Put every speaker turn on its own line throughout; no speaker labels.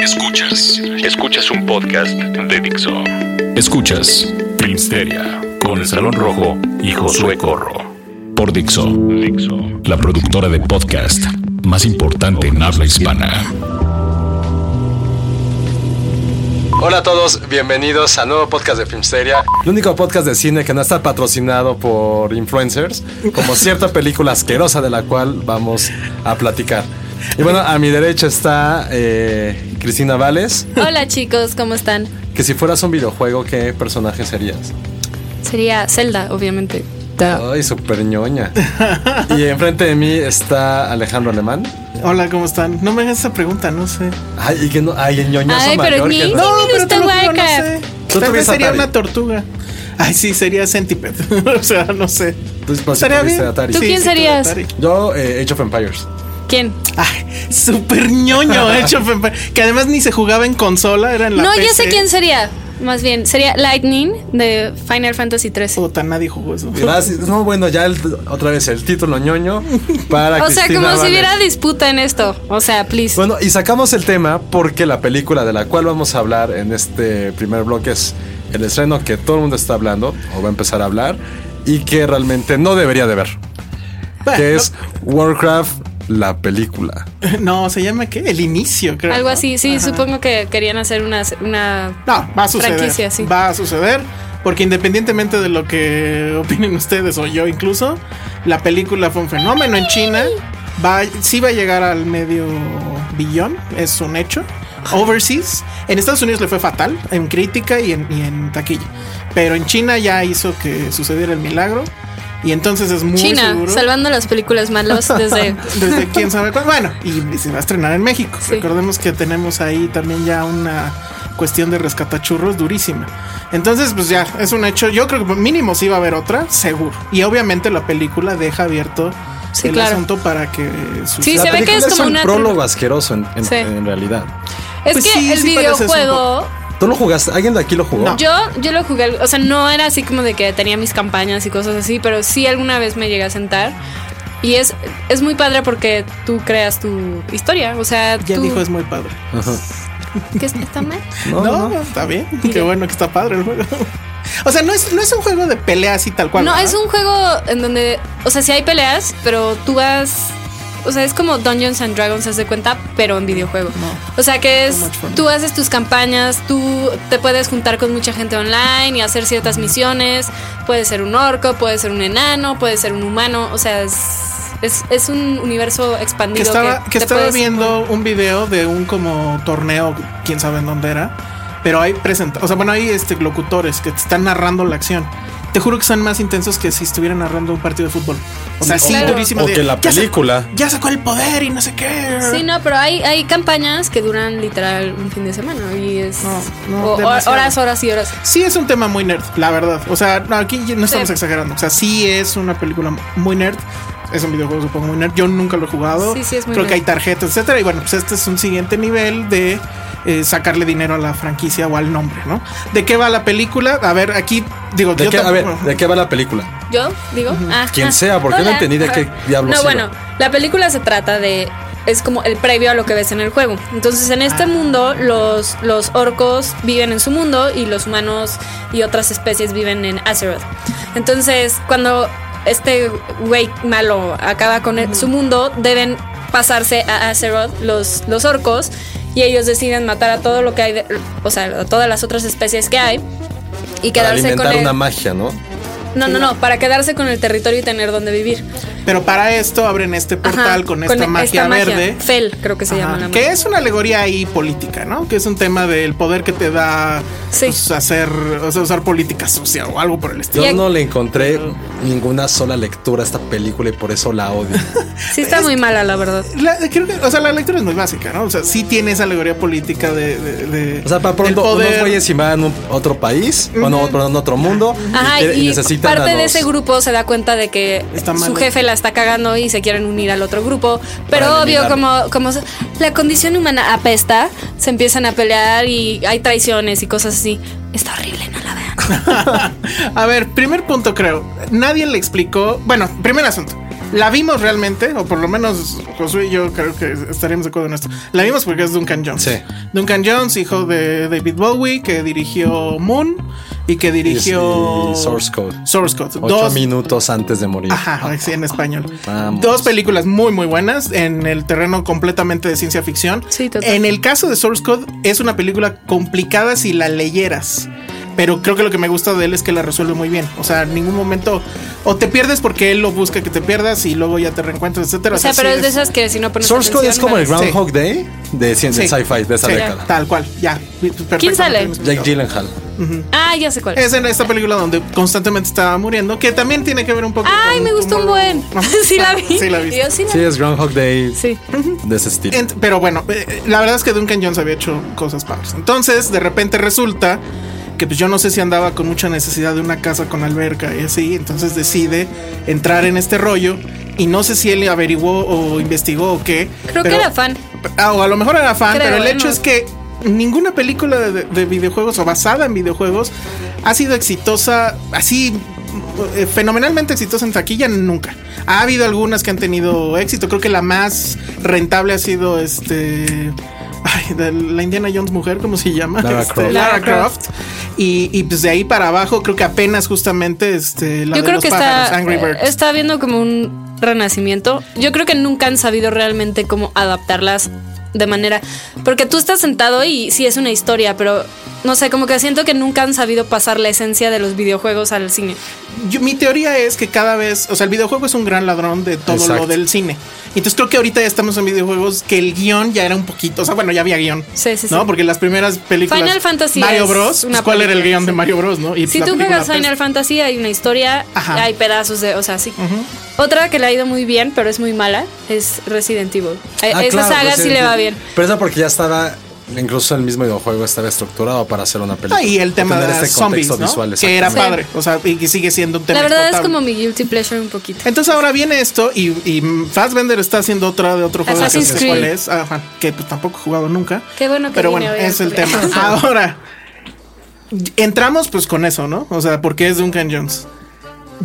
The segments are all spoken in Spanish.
Escuchas, escuchas un podcast de Dixo. Escuchas Filmsteria con el Salón Rojo y Josué Corro. Por Dixo, la productora de podcast más importante en habla hispana.
Hola a todos, bienvenidos al nuevo podcast de Filmsteria, el único podcast de cine que no está patrocinado por influencers, como cierta película asquerosa de la cual vamos a platicar. Y bueno, a mi derecha está eh, Cristina Vales,
Hola chicos, ¿cómo están?
que si fueras un videojuego, ¿qué personaje serías?
Sería Zelda, obviamente. Ah.
Ay, súper ñoña. Y enfrente de mí está Alejandro Alemán.
Hola, ¿cómo están? No me hagas esa pregunta, no sé.
Ay, y que no, ay, el ñoñazo
Ay, pero
mayor
ni-
que-
No, me gusta
te lo juro,
Minecraft.
Tú
Tal
tuvieras
vez sería
Atari.
una tortuga. Ay, sí, sería Centipede. o sea, no sé.
Tú pues, sí
Estaría
tuviste
bien.
Atari.
¿Tú quién
tuve
serías?
Atari.
Yo, eh, Age of Empires.
¿Quién?
Ay, súper ñoño, eh, hecho. Pepe. Que además ni se jugaba en consola, era en la
no,
PC.
ya sé quién sería. Más bien, sería Lightning de Final Fantasy XIII.
Puta, nadie jugó eso.
Gracias. No, bueno, ya el- otra vez el título ñoño para
o sea,
Cristina
como si
Vales.
hubiera disputa en esto. O sea, please.
Bueno, y sacamos el tema porque la película de la cual vamos a hablar en este primer bloque es el estreno que todo el mundo está hablando o va a empezar a hablar y que realmente no debería de ver,
Ah,
que es Warcraft la película.
No, se llama ¿qué? El inicio, creo.
Algo
¿no?
así, sí,
Ajá. Ah,
supongo que querían hacer una... una
No, va a suceder.
Franquicia, sí.
Va a suceder. Porque independientemente de lo que opinen ustedes o yo incluso, la película fue un fenómeno en China. Va, sí va a llegar al medio billón, es un hecho. Overseas. En Estados Unidos le fue fatal, en crítica y en, y en taquilla. Pero en China ya hizo que sucediera el milagro. Y entonces es muy
China,
seguro.
salvando las películas malas desde...
Desde quién sabe cuándo. Bueno, y se va a estrenar en México.
Sí.
Recordemos que tenemos ahí también ya una cuestión de rescatachurros durísima. Entonces, pues ya, es un hecho. Yo creo que mínimo sí va a haber otra, seguro. Y obviamente la película deja abierto
Sí,
el
claro.
asunto para que eh,
Sí,
suceda.
se ve que es
película
como
un
una
prólogo asqueroso en, en-
Sí.
en realidad.
Es
Pues
que
sí,
el
sí pareces un
videojuego...
¿Tú lo jugaste? ¿Alguien de aquí lo jugó?
Yo, yo lo jugué, o sea, no era así como de que tenía mis campañas y cosas así, pero sí alguna vez me llegué a sentar. Y es, es muy padre porque tú creas tu historia. O sea,
Ya
tú-
dijo es muy padre.
¿Qué está mal?
No,
no,
no.
está bien. Qué bueno que está padre el juego. O sea, no es, no es un juego de pelea así tal cual.
No,
¿verdad?
es un juego en donde, o sea, sí hay peleas, pero tú vas. O sea, es como Dungeons and Dragons, haz de cuenta, pero en videojuego. O sea, que es.
much for me.
Tú haces tus campañas, tú te puedes juntar con mucha gente online y hacer ciertas misiones. Puede ser un orco, puede ser un enano, puede ser un humano. O sea, es, es, es un universo expandido.
que estaba, que
te
estaba
puedes-
viendo un video de un como torneo, quién sabe en dónde era, pero hay presenta, o sea, bueno, hay este locutores que te están narrando la acción. Te juro que son más intensos que si estuvieran narrando un partido de fútbol. O sea, sí,
Claro.
durísimo.
O
de,
que la
"Ya sa-
película.
Ya sacó el poder y no sé qué.
Sí, no, pero hay, hay campañas que duran literal un fin de semana y es.
No, no,
o- o-
demasiado.
horas, horas y horas.
Sí, es un tema muy nerd, la verdad. O sea, no, aquí no estamos
Sí.
exagerando. O sea, sí es una película muy nerd. Es un videojuego, supongo, muy nerd. Yo nunca lo he jugado.
Sí, sí, es muy
Creo que hay
nerd.
tarjetas, etcétera. Y bueno, pues este es un siguiente nivel de eh, sacarle dinero a la franquicia o al nombre, ¿no? ¿De qué va la película? A ver, aquí digo,
¿De
yo
qué, a ver,
tampoco-
¿de qué va la película?
¿Yo? ¿Digo? Ah,
Quien
ah.
sea, porque no entendí de qué diablos iba.
No, bueno, la película se trata de. Es como el previo a lo que ves en el juego. Entonces, en
Ah.
este mundo, los, los orcos viven en su mundo y los humanos y otras especies viven en Azeroth. Entonces, cuando este güey malo acaba con el- su mundo, deben pasarse a Azeroth los, los orcos y ellos deciden matar a todo lo que hay, de- o sea, a todas las otras especies que hay y
Para
quedarse con
alimentar
el,
una magia, ¿no?
No, no, no, para quedarse con el territorio y tener donde vivir.
Pero para esto abren este
Ajá,
portal con esta magia verde.
Fel, creo que se llama la
Ajá, que
magia.
es una alegoría ahí política, ¿no? Que es un tema del poder que te da
Sí.
pues, hacer, o sea, usar política sucia o algo por el estilo.
Yo
Y-
no le encontré ninguna sola lectura a esta película y por eso la odio.
Sí está muy mala, la verdad.
La- creo que, o sea, la lectura es muy básica, ¿no? O sea, sí tiene esa alegoría política de. de- de-
O sea, para
del
pronto unos
poder.
güeyes invadan un- otro país, o no, perdón, otro mundo.
Ajá,
quiere-
y,
necesitan a
parte de
los-
ese grupo se da cuenta de que
Está mal.
su jefe la está cagando y se quieren unir al otro grupo. Pero
Para
obvio,
eliminarlo.
como, como la condición humana apesta, se empiezan a pelear y hay traiciones y cosas así. Está horrible, no la vean.
A ver, primer punto, creo. Nadie le explicó. Bueno, primer asunto. La vimos realmente, o por lo menos Josué y yo creo que estaríamos de acuerdo en esto. La vimos porque es Duncan Jones.
Sí.
Duncan Jones, hijo de David Bowie, que dirigió Moon y que dirigió.
y Source Code.
Source Code.
Ocho
Dos,
minutos antes de morir.
Ajá, sí, en español.
Ah, Vamos.
Dos películas muy, muy buenas en el terreno completamente de ciencia ficción.
Sí, total.
En el caso de Source Code, es una película complicada si la leyeras. Pero creo que lo que me gusta de él es que la resuelve muy bien. O sea, en ningún momento o te pierdes porque él lo busca que te pierdas y luego ya te reencuentras, etcétera.
O sea,
sí
pero es de
es-
esas que si no pones
Source Code es
atención,
como el
vale.
Groundhog Day de ciencia
Sí.
sci-fi de esa
Sí,
década.
Tal cual, ya. Perfecto.
¿Quién sale?
Jake Gyllenhaal.
Ah, ya sé cuál.
Es en esta película donde constantemente estaba muriendo, que también tiene que ver un poco.
Ay,
con
me gustó un
cómo-
buen. sí la vi.
Ah, Sí la vi.
Yo sí la
Sí, es Groundhog Day
Sí.
de ese estilo.
Ent- pero bueno, eh, la verdad es que Duncan Jones había hecho cosas padres. Entonces, de repente resulta que pues yo no sé si andaba con mucha necesidad de una casa con alberca y así, entonces decide entrar en este rollo y no sé si él averiguó o investigó o qué.
Creo que
pero-
era fan.
Ah, o a lo mejor era fan,
Creo,
pero el
¿eh?
hecho
No.
es que ninguna película de, de videojuegos o basada en videojuegos ha sido exitosa así eh, fenomenalmente exitosa en taquilla nunca. Ha habido algunas que han tenido éxito, creo que la más rentable ha sido este ay, de la Indiana Jones mujer, ¿cómo se llama?
Lara
Este,
Croft.
Lara
Lara Croft.
Croft. Y, y pues de ahí para abajo creo que apenas justamente este la
Yo
de
creo
los
que
pájaros,
está, Eh,
Angry Birds.
está viendo como un renacimiento. Yo creo que nunca han sabido realmente cómo adaptarlas de manera. Porque tú estás sentado y sí es una historia, pero no sé, como que siento que nunca han sabido pasar la esencia de los videojuegos al cine.
Yo- mi teoría es que cada vez, o sea, el videojuego es un gran ladrón de todo
Exacto.
lo del cine. Entonces creo que ahorita ya estamos en videojuegos que el guión ya era un poquito, o sea, bueno, ya había guión.
Sí, sí, sí.
¿No? Porque las primeras películas.
Final Fantasy
Mario
es
Bros.
una
pues, ¿Cuál era el
película,
guión de
sí.
Mario Bros, no? Y
Si
la
tú
película
juegas
pues,
Final
apesta.
Fantasy, hay una historia,
Ajá.
hay pedazos de. O sea, sí. Otra que le ha ido muy bien, pero es muy mala, es Resident Evil. Eh,
Ah,
Esa
claro,
saga
pues,
sí le va bien.
Pero eso porque ya estaba, incluso el mismo videojuego estaba estructurado para hacer una película.
Ah, y el tema de
Tener
las
este
zombies,
contexto
¿no?
visual,
que era
exactamente.
padre, o sea, y que sigue siendo un tema
La verdad es
explotable.
como mi guilty pleasure un poquito.
Entonces ahora viene esto y, y Fassbender está haciendo otra de otro juego que
Assassin's
no sé cuál
Creed.
es, ajá, que pues, tampoco he jugado nunca.
Qué bueno que
Pero
vine
bueno,
hoy a
es el
descubrir.
tema. Ahora, entramos pues con eso, ¿no? O sea, porque es Duncan Jones.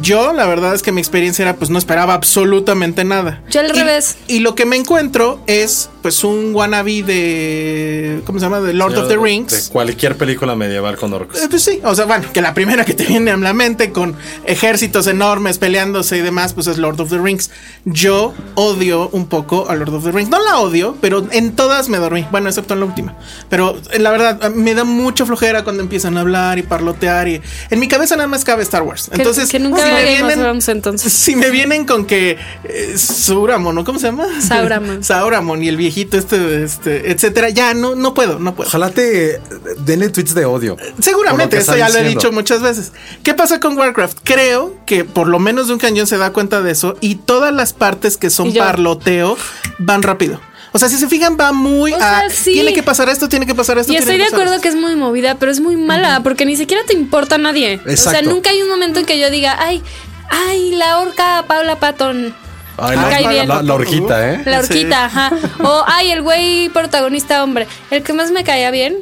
Yo, la verdad es que mi experiencia era, pues no esperaba absolutamente nada.
Yo al
Y-
revés.
Y lo que me encuentro es, pues, un wannabe de. ¿Cómo se llama? De Lord of the Rings.
De cualquier película medieval con orcos.
Eh, Pues sí, o sea, bueno, que la primera que te viene a la mente con ejércitos enormes peleándose y demás, pues es Lord of the Rings. Yo odio un poco a Lord of the Rings. No la odio, pero en todas me dormí. Bueno, excepto en la última. Pero eh, la verdad, eh, me da mucha flojera cuando empiezan a hablar y parlotear. Y en mi cabeza nada más cabe Star Wars.
Que-
Entonces,
que, nunca
si me
veremos
vienen-
vamos entonces.
si me vienen con que eh, Sauramon, ¿no? ¿Cómo se llama?
Sauramon.
Sauramon y el viejito este, este, etcétera. Ya, no, no puedo, no puedo.
Ojalá te
eh,
denle tweets de odio. Por lo
Seguramente,
que
esto
están
ya lo he
diciendo.
dicho muchas veces. ¿Qué pasa con Warcraft? Creo que por lo menos un cañón se da cuenta de eso y todas las partes que
Y
son
yo.
parloteo van rápido. O sea, si se fijan, va muy
O sea,
a.
sí.
Tiene que pasar esto, tiene que pasar esto.
Y
tiene
estoy de
pasar
acuerdo
esto".
que es muy movida, pero es muy mala, porque ni siquiera te importa a nadie. O sea,
Exacto.
nunca hay un momento en que yo diga, ay, ay, la horca Paula Patton.
Ay,
Me
la,
cae
la-
bien.
la- la orjita, ¿eh?
La horquita, ajá. O, ay, el güey protagonista hombre. El que más me caía bien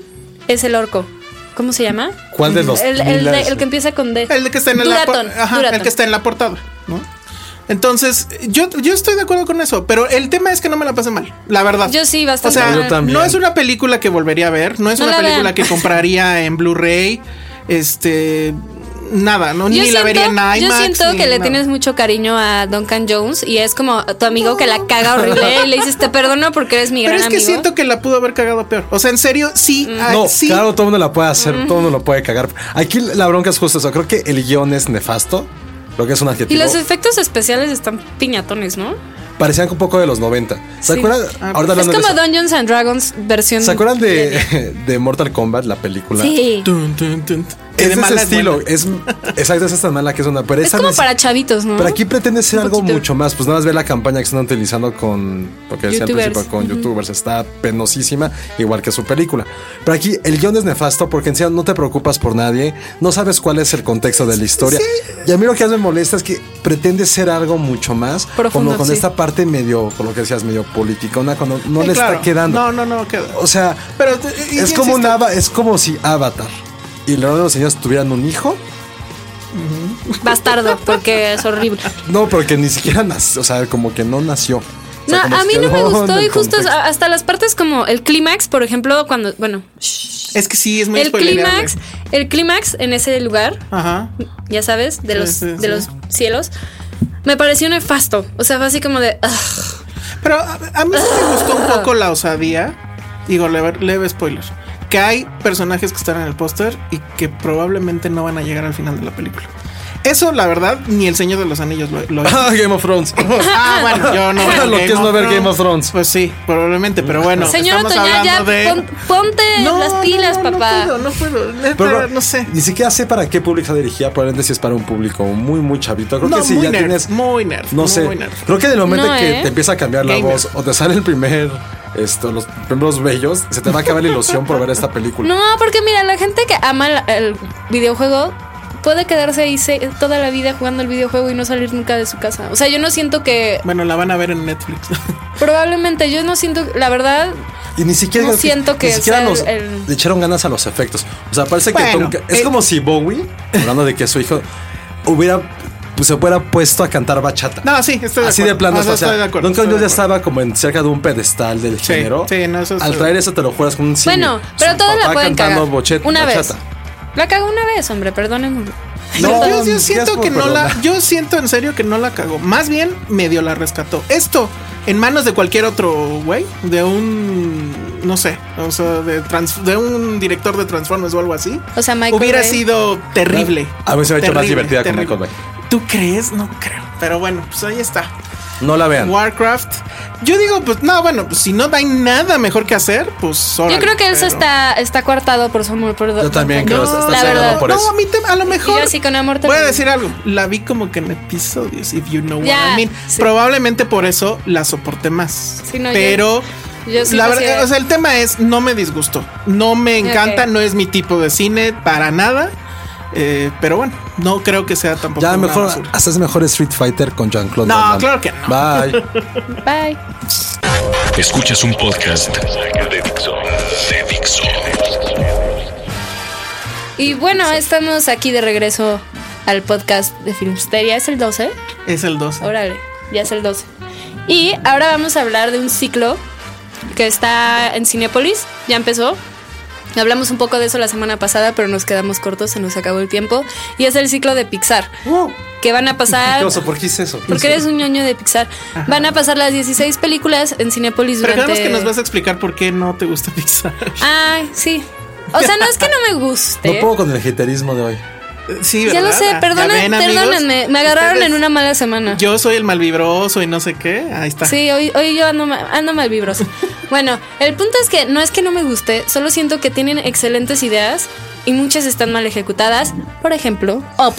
es el orco. ¿Cómo se llama?
¿Cuál de los
El, el de-
miles?
el que empieza con D.
El de que está en la por-
Duratón,
ajá, el
Duratón.
que está en la portada, ¿no? Entonces, yo, yo estoy de acuerdo con eso, pero el tema es que no me la pasé mal, la verdad.
Yo sí,
O
bastante.
sea,
mal.
Yo también.
no es una película que volvería a ver, no es
No
una
la
película
vean.
que compraría en Blu-ray. Este. nada, no, ni
Yo
la vería en IMAX.
yo siento
ni
que le
nada.
tienes mucho cariño a Duncan Jones y es como tu amigo que la caga horrible y le dices te perdono porque eres mi
Pero
gran
es que
amigo. Mm.
siento que la pudo haber cagado peor. O sea, en serio, sí. ah,
No,
sí.
claro, todo el mundo la puede hacer, todo el mundo lo puede cagar. Aquí la bronca es justo eso. Creo que el guión es nefasto, lo que es un
Y
adjetivo.
los efectos especiales están piñatones, ¿no?
Parecían un poco de los 90. ¿Se
Sí. pues
acuerdan?
Ah,
Ahorita
es
hablando de
como
eso.
Dungeons and Dragons versión.
¿Se acuerdan de, de Mortal Kombat, la película?
Sí.
Tun, tun, tun. Que
Es de ese
mala
estilo. eh,
buena.
Es, exacto, es tan mala que es una. Pero
Es
esa
como
vez-
para chavitos, ¿no?
Pero aquí pretende ser
Un
algo
poquito.
mucho más. Pues nada más ver la campaña que están utilizando con. Lo que decía al
Youtubers.
principio, con youtubers. Está penosísima, igual que su película. Pero aquí el guión es nefasto porque en serio no te preocupas por nadie. No sabes cuál es el contexto de la historia. Y a mí lo que más me molesta es que pretende ser algo mucho más.
Profundo,
como con
sí.
esta parte medio, por lo que decías, medio politicona, cuando no
Sí,
le
claro.
está quedando.
No, no, no queda.
O sea,
Pero, eh, y-
es
y
como un
insisto.
ava- es como si Avatar y Leonardo de los Señores tuvieran un hijo.
Bastardo, porque es horrible.
No, pero que ni siquiera nació, o sea, como que no nació. O
No,
sea, como
a
que
mí no me
quedó en
gustó
el
y justo
contexto.
a- hasta las partes como el clímax, por ejemplo, cuando, bueno,
Es que sí, es muy
el
spoilereable.
clímax, el clímax en ese lugar,
Ajá.
ya sabes, de
Sí,
los
sí,
de
sí.
los cielos, me pareció nefasto, o sea, fue así como de "Ugh".
Pero a, a mí sí me gustó un poco la osadía. Digo, leve, leve spoiler. Que hay personajes que están en el póster y que probablemente no van a llegar al final de la película. Eso, la verdad, ni el Señor de los Anillos lo, lo hizo.
Ah, Game of Thrones.
Ah, bueno, yo no. veo
Lo que es no ver Game of Thrones.
Pues sí, probablemente, pero bueno.
señora
estamos
Toña, ya
hablando de-
pon- ponte las pilas,
no,
papá.
No puedo, no puedo. neta,
Pero
no sé.
Ni siquiera sé para qué público está dirigida, probablemente si es para un público muy, muy chavito. Creo
No,
que si
muy
ya
nerd,
tienes.
muy nerd,
No
muy
sé.
nerd.
Creo que del momento
No,
en que
¿eh?
te empieza a cambiar la
Gamer.
voz o te sale el primer. Esto, los primeros bellos, se te va a acabar la ilusión por ver esta película.
No, porque mira, la gente que ama el, el videojuego puede quedarse ahí se- toda la vida jugando el videojuego y no salir nunca de su casa. O sea, yo no siento que
Bueno, la van a ver en Netflix.
probablemente yo no siento, la verdad,
Y ni siquiera.
No siento que
ni siquiera
sea
nos
el-
le echaron ganas a los efectos. O sea, parece que
Bueno,
Tom Ca- Es
eh.
como si Bowie, hablando de que su hijo hubiera. pues, se hubiera puesto a cantar bachata.
No, sí, estoy de
Así
acuerdo.
de plano,
No,
o sea,
estoy de acuerdo,
Duncan
estoy de
Jones ya
acuerdo.
estaba como en cerca de un pedestal del
Sí,
género.
sí, no, eso
Al
estoy-
traer eso te lo juegas con un cine.
bueno, pero
Su
todos la
papá
pueden
cantando
cagar.
bochet-
una vez.
bachata.
La cago una vez, hombre, perdónenme.
No,
yo, yo
ya es
siento
por
que no la.
perdonar.
Yo siento en serio que no la cagó. Más bien, medio la rescató. Esto, en manos de cualquier otro güey, de un. No sé, o sea, de, trans- de un director de Transformers o algo así.
O sea, Michael
Hubiera
Bay.
sido terrible.
A mí se me ha hecho más divertida con
terrible.
Michael
¿Tú crees? No creo. Pero bueno, pues ahí está.
No la vean.
Warcraft. Yo digo, pues no, bueno, pues si no hay nada mejor que hacer, pues.
Yo creo que eso
está
está, está coartado por su amor por
Yo también creo, está
la
cegado
verdad.
por
no,
eso.
a mí te- a lo mejor.
yo así con amor te
Voy a
lo digo.
decir algo. La vi como que en episodios, if you know
Ya,
what I mean.
sí.
Probablemente por eso la soporté más.
Sí, no, yo-
Pero.
yo sí
la
lo
verdad,
sé.
o sea, el tema es, no me disgustó. No me encanta,
Ok.
no es mi tipo de cine para nada. Eh, pero bueno, no creo que sea tampoco.
Ya
una
mejor,
basura.
haces mejor Street Fighter con Jean-Claude.
pues, No,
Van Damme.
claro que no.
Bye.
Bye.
Escuchas un podcast de Dixo. De Dixo.
Y bueno, estamos aquí de regreso al podcast de Filmsteria. Es el 12.
Es el 2.
Órale, ya es el 12. Y ahora vamos a hablar de un ciclo que está en Cinepolis. Ya empezó. Hablamos un poco de eso la semana pasada, pero nos quedamos cortos, se nos acabó el tiempo. Y es el ciclo de Pixar.
Uh.
Que van a pasar.
¿Qué oso? ¿Por qué hice eso?
Porque eres un ñoño de Pixar. Van a pasar las 16 películas en Cinepolis
Pero
durante...
quedamos que nos vas a explicar por qué no te gusta Pixar.
Ay, sí. O sea, no es que no me
No
guste.
puedo con el haterismo de hoy.
Sí,
Ah, ya lo
¿verdad?
sé,
Ya
perdonen-
ven, amigos,
perdónenme. Me agarraron
ustedes-
en una mala semana.
Yo soy el malvibroso y no sé qué. Ahí está.
Sí, hoy, hoy yo ando, ma- ando mal vibrosa. bueno, el punto es que no es que no me guste, solo siento que tienen excelentes ideas y muchas están mal ejecutadas. Por ejemplo, Up,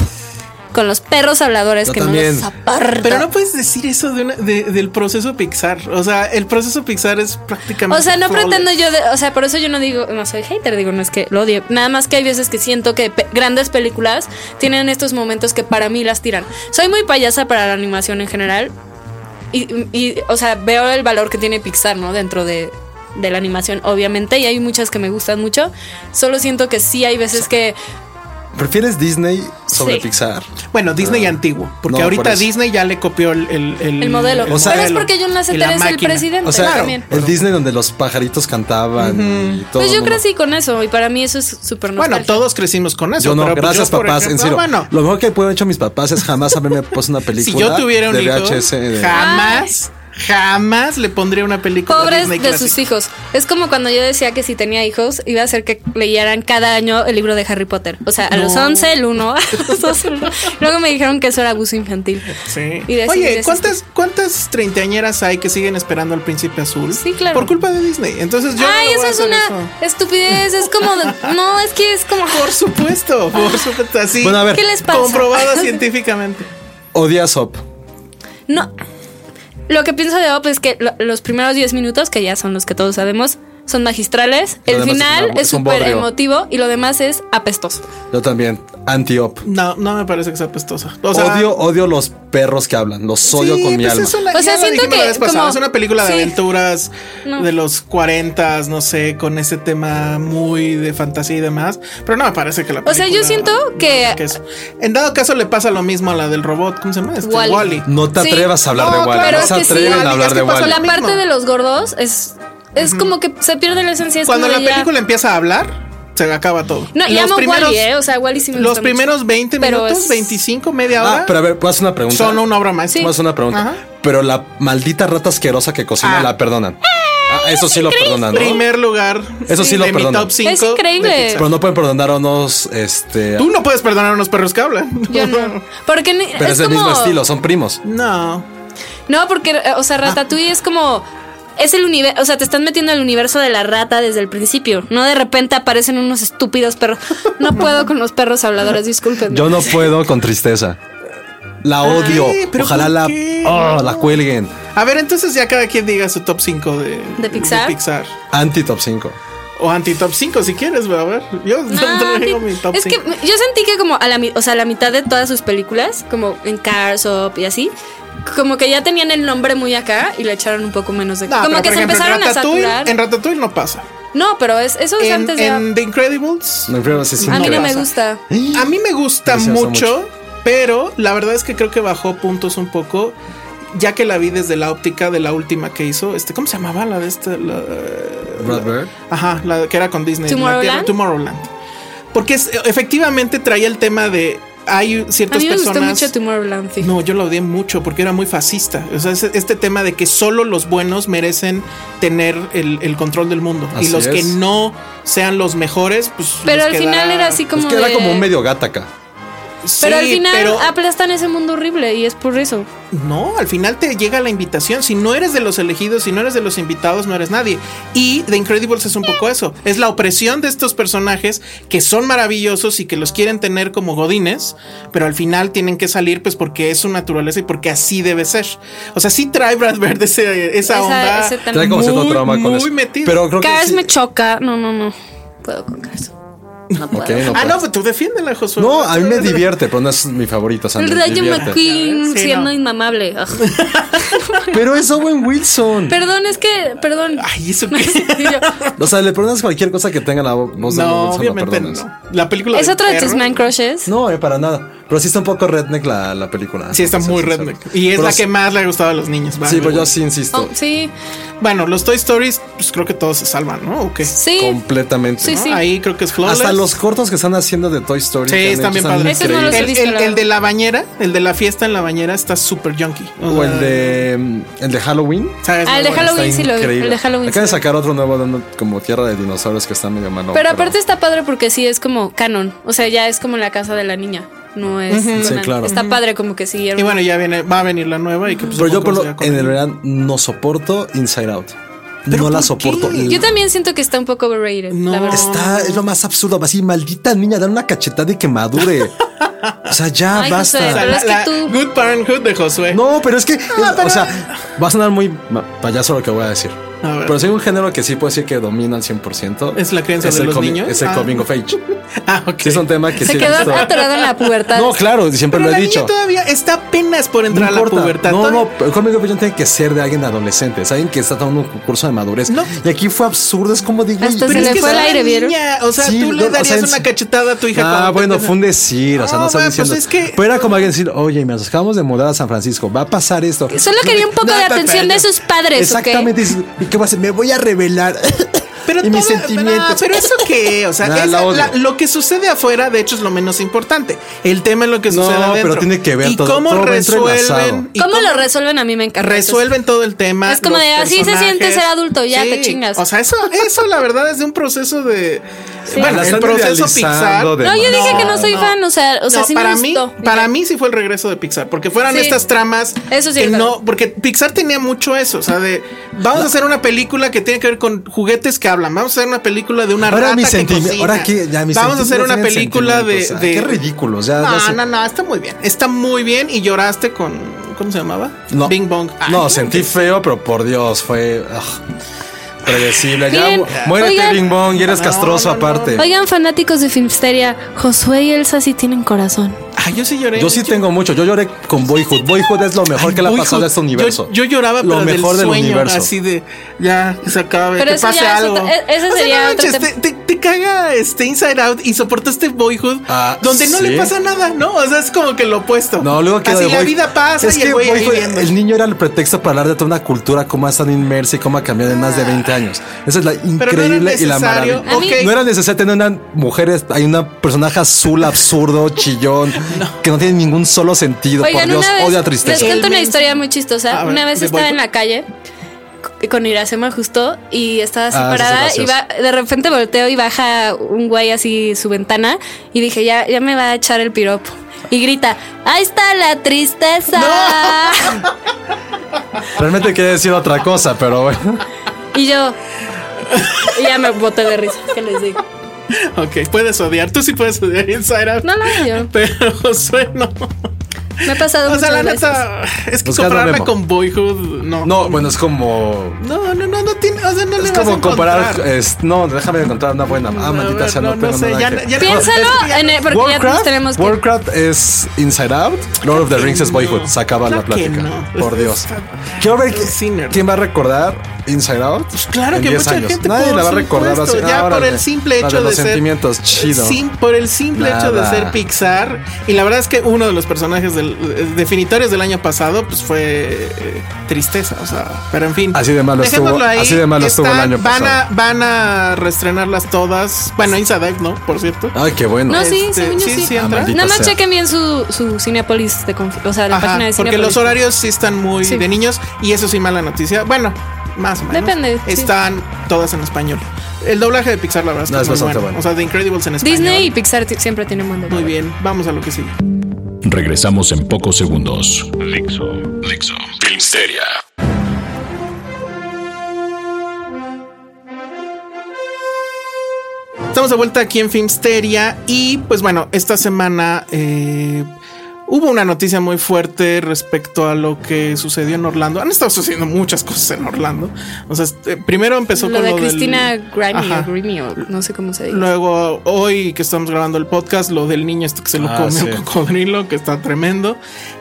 con los perros habladores
Yo
que
también.
no los aparto.
Pero no puedes decir eso de una- de- del proceso Pixar. O sea, el proceso Pixar es prácticamente.
O sea, no
flawless.
pretendo yo, de- o sea, por eso yo no digo, no soy hater, digo, no es que lo odie. Nada más que hay veces que siento que pe- grandes películas tienen estos momentos que para mí las tiran. Soy muy payasa para la animación en general. Y, y, o sea, veo el valor que tiene Pixar, ¿no? Dentro de, de la animación, obviamente. Y hay muchas que me gustan mucho. Solo siento que sí hay veces que
¿Prefieres Disney sobre
Sí.
Pixar?
Bueno, Disney antiguo, porque
Ah. No,
ahorita
por eso.
Disney ya le copió el, el, el-
El modelo.
el
Mm, O sea,
Pero es
el-
porque John
y
Lasseter
la
es el
máquina.
presidente
O sea,
también.
el Disney donde los pajaritos cantaban y todo.
Pues
el
yo
mundo-
crecí con eso y para mí eso es súper
Bueno,
nostálgico.
todos crecimos con eso.
Yo no,
pero pues
gracias
yo, por
papás, en
ejemplo-
serio.
Bueno,
lo mejor que pueden hecho mis papás es jamás haberme puesto una película
si yo tuviera un
de
hijo,
VHS. de-
jamás, jamás le pondría una película
Pobres
Disney
de sus
clásica.
hijos. Es como cuando yo decía que si tenía hijos iba a hacer que leyeran cada año el libro de Harry Potter. O sea, a los 11 el 1, a los 12 el 1. Luego me dijeron que eso era abuso infantil.
Sí.
Y decidí
Oye,
desistir.
¿cuántas, ¿cuántas treintañeras hay que siguen esperando al príncipe azul?
Sí, claro.
Por culpa de Disney. Entonces yo.
Ay,
no voy
eso
a
es
hacer
una
eso.
estupidez. Es como. de- no, es que es como.
Por supuesto, por supuesto. Así.
Bueno, a ver,
¿Qué les pasa?
comprobada científicamente.
odia Sop.
No. Lo que pienso de Op es que lo- los primeros 10 minutos, que ya son los que todos sabemos, son magistrales.
Lo
el
demás es
final
una-
es
es un
súper
bodrio.
emotivo y lo demás es apestoso.
Yo también, anti-op.
No, no me parece que sea apestosa. O sea,
odio, odio los perros que hablan, los odio
Sí,
con mi
pues
alma.
Es una,
O sea,
ya lo
siento
dijimos
que
la vez pasada,
como-
es una película de
sí.
aventuras
No.
de los 40, no sé, con ese tema muy de fantasía y demás. Pero no me parece que la
O sea, yo
película-
siento que-
eso. En dado caso le pasa lo mismo a la del robot, ¿cómo se llama? Este,
Wall-E.
Wall-E.
No te
Sí.
atrevas a hablar
No,
de Wally.
claro,
no se
es que sí.
atreven
Wall-E,
a
es
hablar
que
de
pasa
Wally.
La
mismo.
parte de los gordos es, es como que se pierde la esencia. es
Cuando
como
la
de ya-
película empieza a hablar, se acaba todo.
No, y
Los
amo
primeros-
Wally, ¿eh? O sea, Wally sí me
Los
gusta
primeros
mucho.
20
Pero
minutos,
es-
25, media hora,
Ah, pero a ver, pues una pregunta.
son una obra maestra.
Sí.
Más una pregunta.
Ajá.
Pero la maldita rata asquerosa que cocina
Ah.
la perdonan. Ah, eso sí lo perdonan, ¿no?
Primer lugar.
Eso sí lo
de mi
perdono.
top 5
Es increíble.
de Pixar.
Pero no pueden perdonar a unos, este.
Tú no puedes perdonar a unos perros que hablan.
Yo no. Porque ni-
pero es, del
como-
mismo estilo, son primos.
No.
No, porque, eh, o sea,
Ah.
Ratatouille es como. Es el universo, o sea, te están metiendo al universo de la rata desde el principio. No de repente aparecen unos estúpidos perros. No puedo con los perros habladores, disculpen.
Yo no puedo con tristeza. La odio.
¿pero
Ojalá
por
la,
qué?
oh, la cuelguen.
A ver, entonces ya cada quien diga su top 5 de,
Pixar?
Anti top 5.
O anti top 5 si quieres, güey, a ver. Yo no, traigo mi top
es que
5.
yo sentí que como a la, mi- o sea, a la mitad de todas sus películas, como en Cars Up y así, como que ya tenían el nombre muy acá y le echaron un poco menos de...
No,
como
pero,
que
por
se
ejemplo, en
empezaron a
Ratatouille-
saturar.
En Ratatouille no pasa.
no, pero es, eso es
En,
antes de...
en The Incredibles.
No, pero sí, sí,
a mí no
pero-
me
pasa.
gusta.
A mí me gusta
Me gusta
mucho,
mucho.
pero la verdad es que creo que bajó puntos un poco. Ya que la vi desde la óptica de la última que hizo, este, ¿cómo se llamaba la de este? La-
Brad Bird.
Ajá, la que era con Disney. la
¿Tomorrowland?
tierra- Tomorrowland. Porque es- efectivamente traía el tema de hay
A
ciertas
mí me gustó
personas.
mucho Tomorrowland. fíjate.
no, yo lo odié mucho porque era muy fascista. O sea, ese- este tema de que solo los buenos merecen tener el, el control del mundo
Así
y los que
es.
no sean los mejores, pues.
Pero al
les
final
queda-
era así
Es
como...
que era
de-
como un medio gataca.
Sí,
Pero al final
pero-
aplastan ese mundo horrible y es por eso.
No, al final te llega la invitación. Si no eres de los elegidos, si no eres de los invitados, no eres nadie. Y The Incredibles es un poco eso. Es la opresión de estos personajes que son maravillosos y que los quieren tener como godines, pero al final tienen que salir pues porque es su naturaleza y porque así debe ser. O sea, sí trae Brad Bird ese- esa,
Esa-
onda.
ese tema.
Trae como cierto
muy,
trauma con
muy
eso.
metido.
Pero creo que.
Cars
sí-
me choca. No, no, no. Puedo con Cars. No puedo.
Ok, no,
Ah,
pues.
no, pues tú defiéndela, Josué.
No, a mí me divierte, pero no es mi favorito. o sea,
El
me
Rayo
divierte.
McQueen
Sí,
siendo
no.
inmamable. Ugh.
Pero es Owen Wilson.
perdón, es que, perdón.
Ay, ¿eso qué?
Y yo,
O sea, le perdonas cualquier cosa que tenga la vo- voz de Owen
No,
Wilson. la
obviamente
perdonas.
no. La película
¿Es
del
otro de
perro.
tus man crushes?
No, eh, para nada. Pero sí está un poco redneck la, la película.
Sí, está
Para ser
muy
sincero.
redneck. Y es
Pero
la
sí-
que más le ha gustado a los niños. va,
Sí, pero yo
güey.
sí insisto.
Oh, sí,
Bueno, los Toy Stories, pues creo que todos se salvan, ¿no? ¿O qué?
sí.
Completamente.
Sí,
¿no?
¿No? Ahí creo que es Flawless.
Hasta los cortos que están haciendo de Toy Story.
Sí,
que han hecho
están bien padres.
Esos no los he
el,
visto,
el-
la verdad.
el de la bañera, el de la fiesta en la bañera está súper junky.
O el de, mm, el de Halloween.
¿Sabes?
Ah, el de
Muy bueno.
Halloween sí lo vi.
Increíble.
El de Halloween sí
Acaban de
lo vi.
sacar otro nuevo de uno como Tierra de Dinosaurios que está medio malo.
Pero aparte está padre porque sí es como canon. O sea, ya es como la casa de la niña. No es.
Sí,
una-
claro.
Está padre como que sí.
Y bueno, ya viene, va a venir la nueva y que pues,
Pero yo
supongo
por
que
lo,
se va a
en el
comer.
verano no soporto Inside Out. No
¿por
la
qué?
soporto.
Yo
Yo también siento que está un poco overrated.
No.
la verdad.
Está, es lo más absurdo. Así, maldita niña, dale una cachetada y que madure. o sea, ya
Ay,
basta.
José,
O sea,
Pero
la-
es que
la
tú-
Good Parenthood de Josué.
No, pero es que,
Ah,
es- o sea, va a sonar muy ma- payaso lo que voy a decir.
A ver.
Pero soy un género que sí puedo decir que domina al 100%.
¿Es la crianza de
el
los
comi-
niños?
Es el
Ah.
coming of age.
Ah, ok.
Sí, es un tema que
Se
sí he
quedó
visto.
atorado en la pubertad.
No, claro, siempre
Pero
lo
la
he
niña
dicho.
todavía está apenas por
No
entrar a la
importa.
pubertad.
No,
Todavía-
no, pero el cómic de opinión tiene que ser de alguien adolescente, es alguien que está tomando un curso de madurez.
No.
Y aquí fue absurdo, es como digo.
Hasta
pero
se
es
le
que
fue
es una
el
la
aire, ¿vieron?
niña, O sea,
Sí,
tú
no,
le
o
darías
sea, en-
una cachetada a tu hija.
Ah,
cuando te
bueno,
tenga-
fue un decir, o sea,
No,
no estás
bueno, pues
diciendo.
es que-
Pero era como alguien decir, oye, me nos acabamos de mudar a San Francisco, va a pasar esto.
Solo quería un poco
No,
de
pero-
atención de sus padres, ¿ok?
Exactamente, dices, ¿y qué va a hacer? Me voy a revelar.
Pero,
y mis
todo-
sentimientos.
no, pero eso qué, o sea,
Nah,
esa-
la odio.
la- lo que sucede afuera, de hecho, es lo menos importante. El tema es lo que
No,
sucede
pero
adentro.
tiene que ver
y
todo-
cómo
todo va entrelazado.
resuelven. y
¿Cómo lo resuelven? A mí me encanta.
Resuelven todo el tema.
Es como
los
de, así se
personajes.
siente ser adulto, ya, te chingas.
O sea, eso, eso la verdad es de un proceso de. Bueno,
La
el
están
proceso Pixar.
idealizando de
No, yo
más.
dije que no soy fan, o sea, o sea,
No,
sí me
para mí,
gustó.
para mí sí fue el regreso de Pixar, porque fueran
Sí.
estas tramas
Eso sí
que
es verdad.
no, porque Pixar tenía mucho eso, o sea, de vamos a hacer una película que tiene que ver con juguetes que hablan, vamos a hacer una película de una
Ahora
rata
mis
que
sentimi-
cocina.
ahora que ya mis
vamos a hacer
sentimientos
una
tienen
película de,
sentimientos, o sea,
de-
qué ridículos, ya,
no,
ya sé.
no, no, está muy bien, está muy bien y lloraste con ¿cómo se llamaba?
No.
Bing Bong. Ay,
no,
claro
sentí
que-
feo, pero por Dios, fue ugh, predecible. Ya,
Miren,
mu- muérete,
oigan.
Bing Bong, y eres castroso
no, no.
aparte.
Oigan, fanáticos de Filmsteria, Josué y Elsa sí tienen corazón.
Ay, yo sí lloré.
Yo sí tengo mucho. Yo lloré con Boyhood. Boyhood es lo mejor que le ha
Boyhood.
pasado a este
Yo-
universo.
Yo, lloraba
lo
pero
mejor del,
sueño,
universo.
así de ya que se acabe,
Pero
que
eso
pase
ya es
algo.
otro- e- ese
O sea,
sería
no
otro
manches,
tema.
te, te- te caga este Inside Out y soportaste Boyhood
Ah,
donde no
sí.
le pasa nada, ¿no? O sea, es como que lo opuesto.
No, luego que
así
de
la
Boy-
vida pasa
Es
y
que
el güey ahí
Boyhood-
viendo.
el niño era el pretexto para hablar de toda una cultura, cómo ha estado inmersa y cómo ha cambiado en más de 20 años. Esa es la
Ah. era
increíble y la
necesario.
maravilla.
A mí-
Ok.
No era necesario tener una mujer, hay una personaje azul, absurdo, chillón, que no tiene ningún solo sentido.
Oigan,
por Dios,
una vez
odia
les
tristeza.
cuento una
Elmen-
historia muy
A
chistosa.
ver,
Una vez
de
estaba en
Boyhood.
la calle c- con Irasema justo y estaba así
Ah, eso es
parada y
gracioso.
va- de repente volteo y baja un güey así su ventana y dije, ya, ya me va a echar el piropo. Y grita, ahí está la tristeza.
Realmente quería decir otra cosa, pero bueno.
Y yo, y ya me boté de risa. ¿Qué les digo?
Ok, puedes odiar, tú sí puedes odiar Inside Out.
No lo odio.
Pero Josué no.
Me ha pasado
O
muchas
sea, la
veces.
neta es que
Buscando
compararla
Nemo.
con Boyhood no.
No, bueno, es como.
No, no, no, no tiene, o sea, no le
Es
vas a
como comparar.
encontrar.
es- no, déjame encontrar una buena. Ah,
A
maldita
ver,
sea, no,
no, no
tengo
sé,
nada
ya-
que-
ya-
Piénsalo
Es-
en el- porque ya nos tenemos que.
Warcraft es Inside Out, Lord of the Rings es Boyhood. Se acaba
Claro
la plática.
que no.
Por Dios. Quiero ver que-
Sinner.
quién va a recordar Inside Out.
Pues claro
en
que
10
mucha
años.
gente
Nadie
por
la va a recordar
supuesto,
así.
ya
ah,
por
órale,
el simple
la
hecho de,
los
ser
sentimientos chido.
Sim- por el simple hecho de
Nada.
ser Pixar y la verdad es que uno de los personajes del, eh, definitorios del año pasado pues fue eh, tristeza, o sea, pero en fin.
Así de malo estuvo-
Dejémoslo ahí,
así de malo estuvo el año
van
pasado.
A, van a reestrenarlas todas. Bueno, Inside Out, ¿no? Por cierto.
Ay, qué bueno.
No, sí,
Este,
según yo
sí,
sí.
sí entra.
Nada
Ah,
maldita
más
sea.
chequen bien su, su Cinepolis de confi- o sea, la
Ajá,
página de
porque
Cinepolis.
los horarios sí están muy
Sí.
de niños y eso sí mala noticia. Bueno, más o menos.
Depende, sí.
Están todas en español. El doblaje de Pixar la verdad es que
No, es
es, muy
bastante
bueno.
bueno.
O sea, The Incredibles en español.
Disney y Pixar ti- siempre tienen buen
Muy
doblaje.
bien, vamos a lo que sigue.
Regresamos en pocos segundos. Dixo. Dixo. Filmsteria.
Estamos de vuelta aquí en Filmsteria y pues bueno, esta semana eh, hubo una noticia muy fuerte respecto a lo que sucedió en Orlando. Han estado sucediendo muchas cosas en Orlando. O sea, este, primero empezó
Lo
con
de
lo del-
Cristina Grammy
Ajá.
o Grimmie o no sé cómo se dice.
Luego, hoy que estamos grabando el podcast, lo del niño este que se lo
Ah,
come
sí.
un cocodrilo, que está tremendo.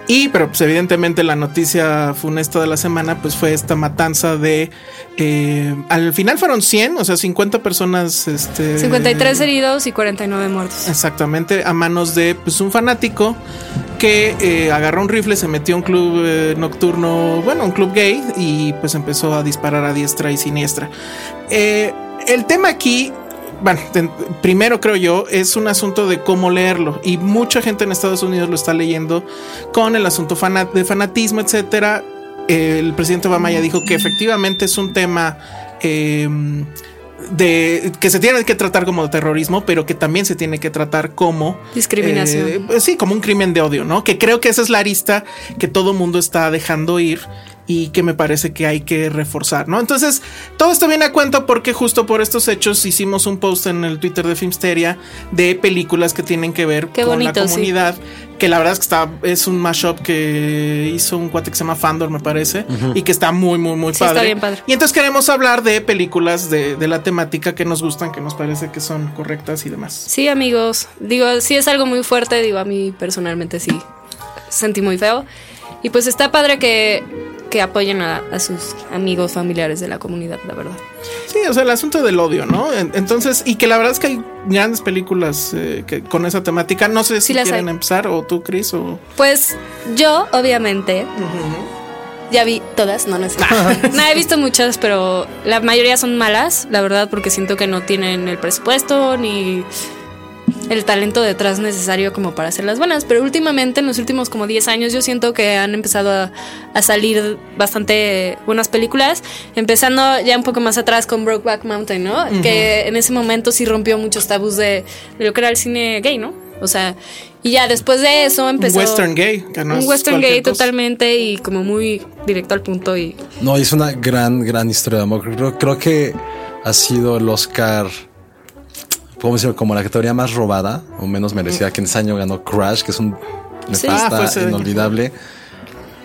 Y, pero pues evidentemente la noticia funesta de la semana, pues fue esta matanza de... eh, al final fueron 100, o sea, 50 personas... Este,
53 heridos y 49
Eh,
muertos.
Exactamente, a manos de pues, un fanático que eh, agarró un rifle, se metió a un club eh, nocturno, bueno, un club gay, y pues empezó a disparar a diestra y siniestra. Eh, el tema aquí, bueno, ten- primero creo yo, es un asunto de cómo leerlo, y mucha gente en Estados Unidos lo está leyendo con el asunto fana- de fanatismo, etcétera. El presidente Obama ya dijo que efectivamente es un tema. em, de que se tiene que tratar como terrorismo, pero que también se tiene que tratar como
Discriminación.
eh, pues sí, como un crimen de odio, ¿no? Que creo que esa es la arista que todo mundo está dejando ir y que me parece que hay que reforzar, ¿no? Entonces, todo esto viene a cuenta porque justo por estos hechos hicimos un post en el Twitter de Filmsteria de películas que tienen que ver
Qué
con
bonito,
la
sí.
comunidad comunidad, que la verdad es que está, es un mashup que hizo un cuate que se llama Fandor, me parece, y que está muy, muy, muy
Sí,
padre.
está bien padre.
Y entonces queremos hablar de películas de, de la temática que nos gustan, que nos parece que son correctas y demás.
Sí, amigos. Digo, sí es algo muy fuerte. Digo, a mí personalmente sí. sentí muy feo. Y pues está padre que, que apoyen a, a sus amigos, familiares de la comunidad, la verdad.
Sí, o sea, el asunto del odio, ¿no? En- Entonces, y que la verdad es que hay grandes películas eh, que, con esa temática. No sé si
Sí las
quieren
hay.
empezar o tú, Chris, o...
Pues yo, obviamente, ya vi todas, no, no es No, he visto muchas, pero la mayoría son malas, la verdad, porque siento que no tienen el presupuesto ni el talento detrás necesario como para hacerlas buenas. Pero últimamente, en los últimos como 10 años, yo siento que han empezado a, a salir bastante buenas películas, empezando ya un poco más atrás con Brokeback Mountain, ¿no? Que en ese momento sí rompió muchos tabús de, de lo que era el cine gay, ¿no? O sea, y ya después de eso
Un
empezó...
western gay. Que no
Un
es
western
cualquier
gay
cosa.
totalmente y como muy directo al punto y
No, es una gran, gran historia de amor. Creo, creo que ha sido el Oscar, ¿cómo decirlo? Como la categoría más robada o menos merecida. Que en ese año ganó Crash, que es un
Sí.
Ah, fue
nefasta,
ese año.
inolvidable.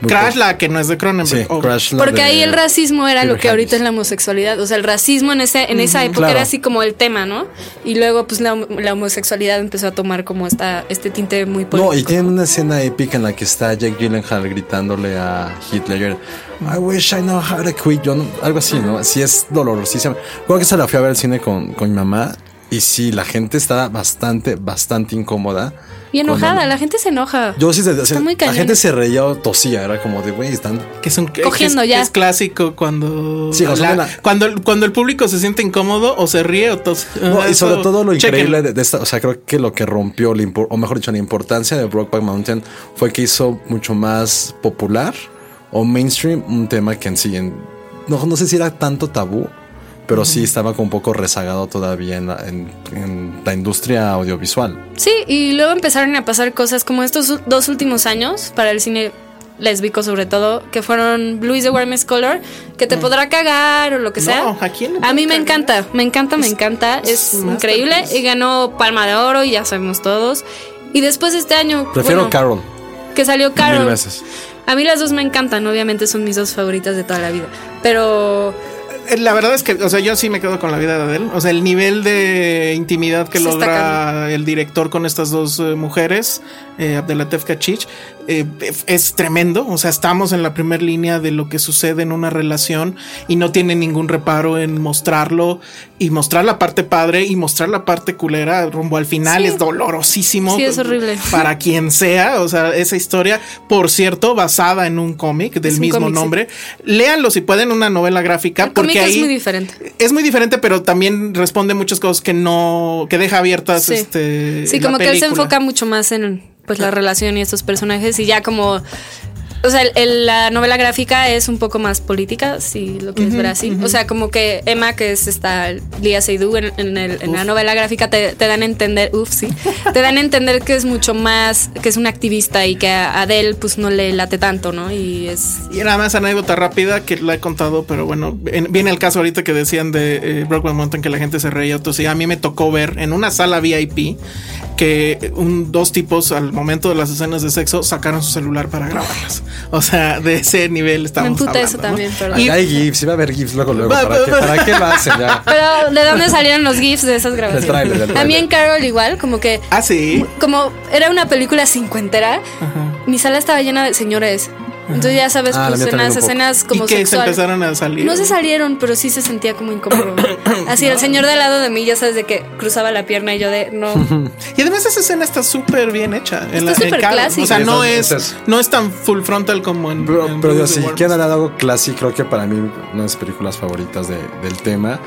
Crash, la que no es de Cronenberg.
Sí,
o-
Crash. la
porque
de-
ahí el racismo era lo
Peter
que ahorita
Harris.
es la homosexualidad, o sea, el racismo en ese en esa época
claro.
era así como el tema, ¿no? Y luego pues la, la homosexualidad empezó a tomar como esta este tinte muy político.
No, y tiene una escena épica en la que está Jack Gyllenhaal gritándole a Hitler, I wish I know how to quit, yo no- algo así, ¿no? Sí es dolorosísima. Creo que se la fui a ver al cine con, con mi mamá y sí, la gente estaba bastante, bastante incómoda.
y enojada,
Con-
la gente se enoja.
Yo sí, se- o sea,
muy
la
cañón.
gente se reía o tosía, era como de, güey, están...
Que es un que-
Cogiendo
que es-
ya.
que es clásico cuando,
Sí, cuando
la-
son una-
cuando, el- cuando el público se siente incómodo o se ríe o tos.
No, y
Eso,
sobre todo lo
chequen.
increíble de, de esta, o sea, creo que lo que rompió, la impor- o mejor dicho, la importancia de Brokeback Mountain fue que hizo mucho más popular o mainstream un tema que en sí, en- no, no sé si era tanto tabú, pero sí estaba como un poco rezagado todavía en la, en- en la industria audiovisual.
Sí, y luego empezaron a pasar cosas como estos u- dos últimos años para el cine lésbico sobre todo, que fueron Blue is the Warmest Color, que te podrá cagar o lo que
Mm. No,
sea.
¿a quién le
A mí
puede
me
cagar?
encanta, me encanta, me encanta, es,
es
increíble
masterpiece.
y ganó Palma de Oro y ya sabemos todos. Y después este año
Prefiero
bueno,
Carol.
que salió
Mil
Carol.
veces.
A mí las dos me encantan, obviamente son mis dos favoritas de toda la vida, pero
Eh, La verdad es que, o sea, yo sí me quedo con la vida de Adele. O sea, el nivel de intimidad que
Sí, está
logra el director con estas dos eh, mujeres, eh, Abdelatev Kachich, eh, es tremendo. O sea, estamos en la primera línea de lo que sucede en una relación y no tiene ningún reparo en mostrarlo y mostrar la parte padre y mostrar la parte culera rumbo al final.
Sí.
Es dolorosísimo.
Sí, es horrible.
Para quien sea, o sea, esa historia, por cierto, basada en un cómic del
Es un
mismo
cómic, sí.
nombre. Léanlo si pueden, una novela gráfica.
el cómic
porque ahí
es muy diferente.
es muy diferente, pero también responde muchas cosas que no, que deja abiertas.
Sí,
eh,
Este,
Sí,
la
como que él se
película.
enfoca mucho más en pues la relación y estos personajes y ya como... O sea, el- el- la novela gráfica es un poco más política, si lo quieres ver así. O sea, como que Emma, que es esta Lia Seydoux en, en el- en la novela gráfica, te, te dan a entender, uff, sí, te dan a entender que es mucho más, que es una activista y que a Adele pues no le late tanto, ¿no? Y es...
Y nada más anécdota rápida que la he contado, pero bueno, en- viene el caso ahorita que decían de eh, Brokeback Mountain que la gente se reía. Entonces, a mí me tocó ver en una sala VIP que un, dos tipos al momento de las escenas de sexo sacaron su celular para grabarlas. O sea, de ese nivel estamos
Me emputa
hablando,
eso
¿no?
también, perdón.
Y-
Acá hay GIFs, iba a haber GIFs luego, luego.
Va,
¿Para,
va,
qué,
va.
¿para qué lo hacen ya?
Pero ¿de dónde salieron los GIFs de esas grabaciones?
tráiler, del
A mí
tráiler.
en Carol igual, como que
Ah, sí.
como era una película cincuentera, mi sala estaba llena de señores. Entonces ya sabes,
Ah, la
pues
mía también
escenas,
un poco.
escenas como
y que se
sexuales.
empezaron a salir.
No se salieron, pero sí se sentía como incómodo. Así el señor de al lado de mí, ya sabes, de que cruzaba la pierna y yo de no.
Y además esa escena está súper bien hecha. en la- en
súper
Carol.
clásica.
O sea, no
Sí,
es,
esa es-
no es tan full frontal como en.
Pero,
en
pero
Blue
digo,
is the
si
Warmest.
quieren hablar de algo clásico, creo que para mí una de mis películas favoritas de- del tema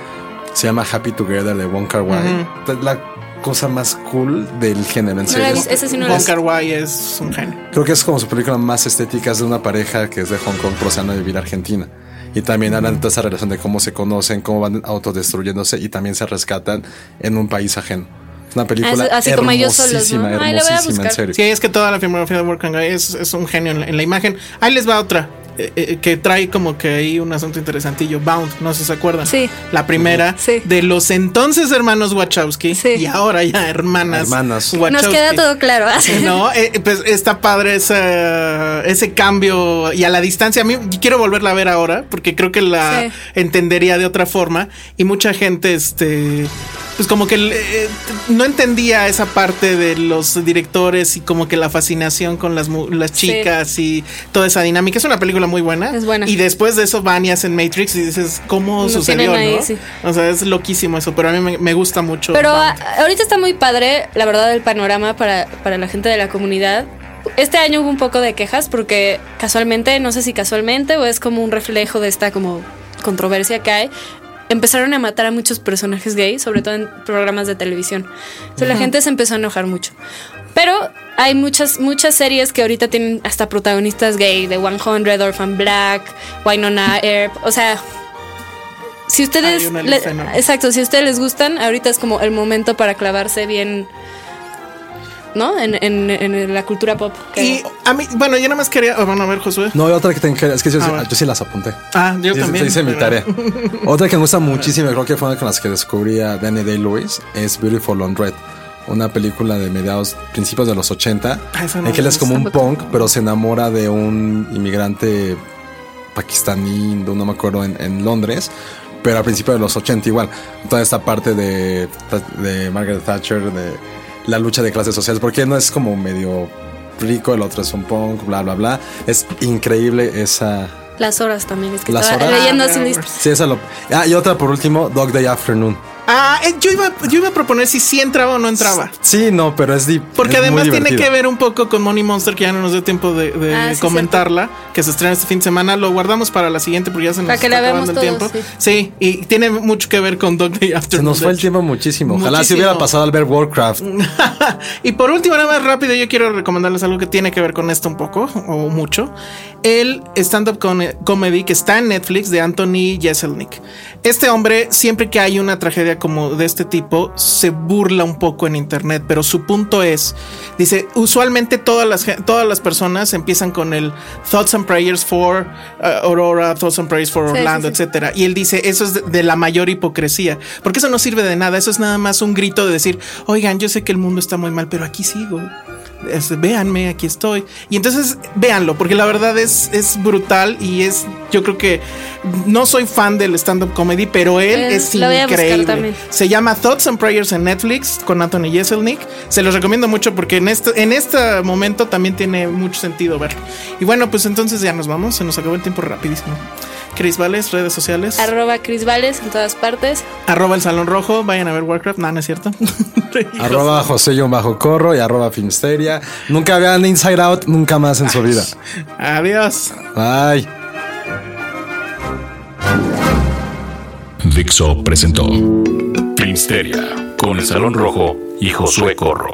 se llama Happy Together de Wong Kar Wai. Es La cosa más cool del género en
No la he
serio.
visto, esa sí no la he
Wong
visto.
Kar Wai es un genio.
Creo que es como su película más estética, es de una pareja que es de Hong Kong, pero se van a vivir a Argentina. Y también hablan de toda esa relación de cómo se conocen, cómo van autodestruyéndose y también se rescatan en un país ajeno. Es una película
Ah, así como ellos solos,
hermosísima,
¿no? Ay, la voy a
hermosísima, en
buscar.
serio.
Sí, es que toda la filmografía de Wong Kar Wai es, es un genio en la, en la imagen. Ahí les va otra. eh, eh, que trae como que ahí un asunto interesantillo. Bound, no sé si se acuerdan.
Sí.
La primera
Sí.
de los entonces hermanos Wachowski
Sí.
y ahora ya hermanas.
Hermanas. Nos
Nos
Wachowski.
queda todo claro.
Sí, No, Eh, eh, pues está padre esa- ese cambio y a la distancia. A mí quiero volverla a ver ahora porque creo que la
Sí.
entendería de otra forma. Y mucha gente, este, pues como que eh, no entendía esa parte de los directores y como que la fascinación con las, mu- las
Sí.
chicas y toda esa dinámica. Es una película muy buena.
Es buena.
Y después de eso van y hacen Matrix y dices, ¿cómo
Nos
sucedió?
tienen ahí,
no?
sí.
O sea, es loquísimo eso, pero a mí me, me gusta mucho.
Pero a-
Bond.
ahorita está muy padre, la verdad, el panorama para, para la gente de la comunidad. Este año hubo un poco de quejas porque casualmente, no sé si casualmente o es como un reflejo de esta como controversia que hay, empezaron a matar a muchos personajes gays, sobre todo en programas de televisión. Entonces la gente se empezó a enojar mucho. Pero hay muchas, muchas series que ahorita tienen hasta protagonistas gay, de 100, Orphan Black, Winona Earp, o sea... Si ustedes...
Hay una
le-
lista enorme.
exacto, si a ustedes les gustan, ahorita es como el momento para clavarse bien, ¿no? En, en- en la cultura pop. que-
Y a mí, bueno, yo nada más quería. oh, bueno, a ver, Josué.
No, otra que tengo que- Es que yo,
A ver.
yo sí las apunté.
Ah, yo
Sí,
también.
Hice mi
pero-
tarea. Otra que me gusta muchísimo, creo que fue una con las que descubrí a Danny Day-Lewis, es Beautiful on Red. Una película de mediados, principios de los 80,
Ah, esa no
en que él
me
es como un
gusta.
punk, pero se enamora de un inmigrante pakistaní, no no me acuerdo, en, en Londres, pero a principios de los 80 igual. Toda esta parte de, de Margaret Thatcher, de la lucha de clases sociales, porque no es como medio rico, el otro es un punk, bla, bla, bla. Es increíble esa,
Las horas también, es que
Las
estaba
horas.
leyendo
Ah,
así
Hours.
listo.
Sí, esa lo. Ah, y otra por último, Dog Day Afternoon.
Ah, eh, yo iba, yo iba a proponer si sí entraba o no entraba.
Sí, no, pero es. di-
Porque
es muy
además tiene
divertida.
que ver un poco con Money Monster, que ya no nos dio tiempo de, de
Ah, sí,
comentarla, que se estrena este fin de semana. Lo guardamos para la siguiente porque ya se nos
Para que
está
la
acabando
veamos
el
todos,
tiempo. Sí. y tiene mucho que ver con Dog Day After.
Se nos fue el tiempo muchísimo. Ojalá se
Muchísimo.
hubiera pasado al ver Warcraft.
y por último, nada más rápido, yo quiero recomendarles algo que tiene que ver con esto un poco o mucho. El stand-up con- comedy que está en Netflix de Anthony Jeselnik. Este hombre, siempre que hay una tragedia como de este tipo, se burla un poco en internet, pero su punto es, dice, usualmente todas las, gen- todas las personas empiezan con el Thoughts and Prayers for eh, Aurora, Thoughts and Prayers for
Sí, sí,
Orlando,
sí.
etc etcétera. Y él dice, eso es de, de la mayor hipocresía, porque eso no sirve de nada, eso es nada más un grito de decir, oigan, yo sé que el mundo está muy mal, pero aquí sigo. Es- véanme, aquí estoy. Y entonces véanlo, porque la verdad es, es brutal y es, yo creo que no soy fan del stand-up comedy, pero él
Eh,
es
lo voy a buscar
increíble.
también.
Se llama Thoughts and Prayers en Netflix con Anthony Jeselnik. Se los recomiendo mucho porque en este, en este momento también tiene mucho sentido verlo. Y bueno, pues entonces ya nos vamos. Se nos acabó el tiempo rapidísimo. Cris Vales, redes sociales.
Arroba Cris Vales en todas partes.
arroba el Salón Rojo. Vayan a ver Warcraft. No, no es cierto.
arroba José John Bajo Corro y arroba Filmsteria. Nunca vean Inside Out, nunca más en su vida.
Adiós.
Bye.
Dixo presentó Filmsteria con el Salón Rojo y Josué Corro.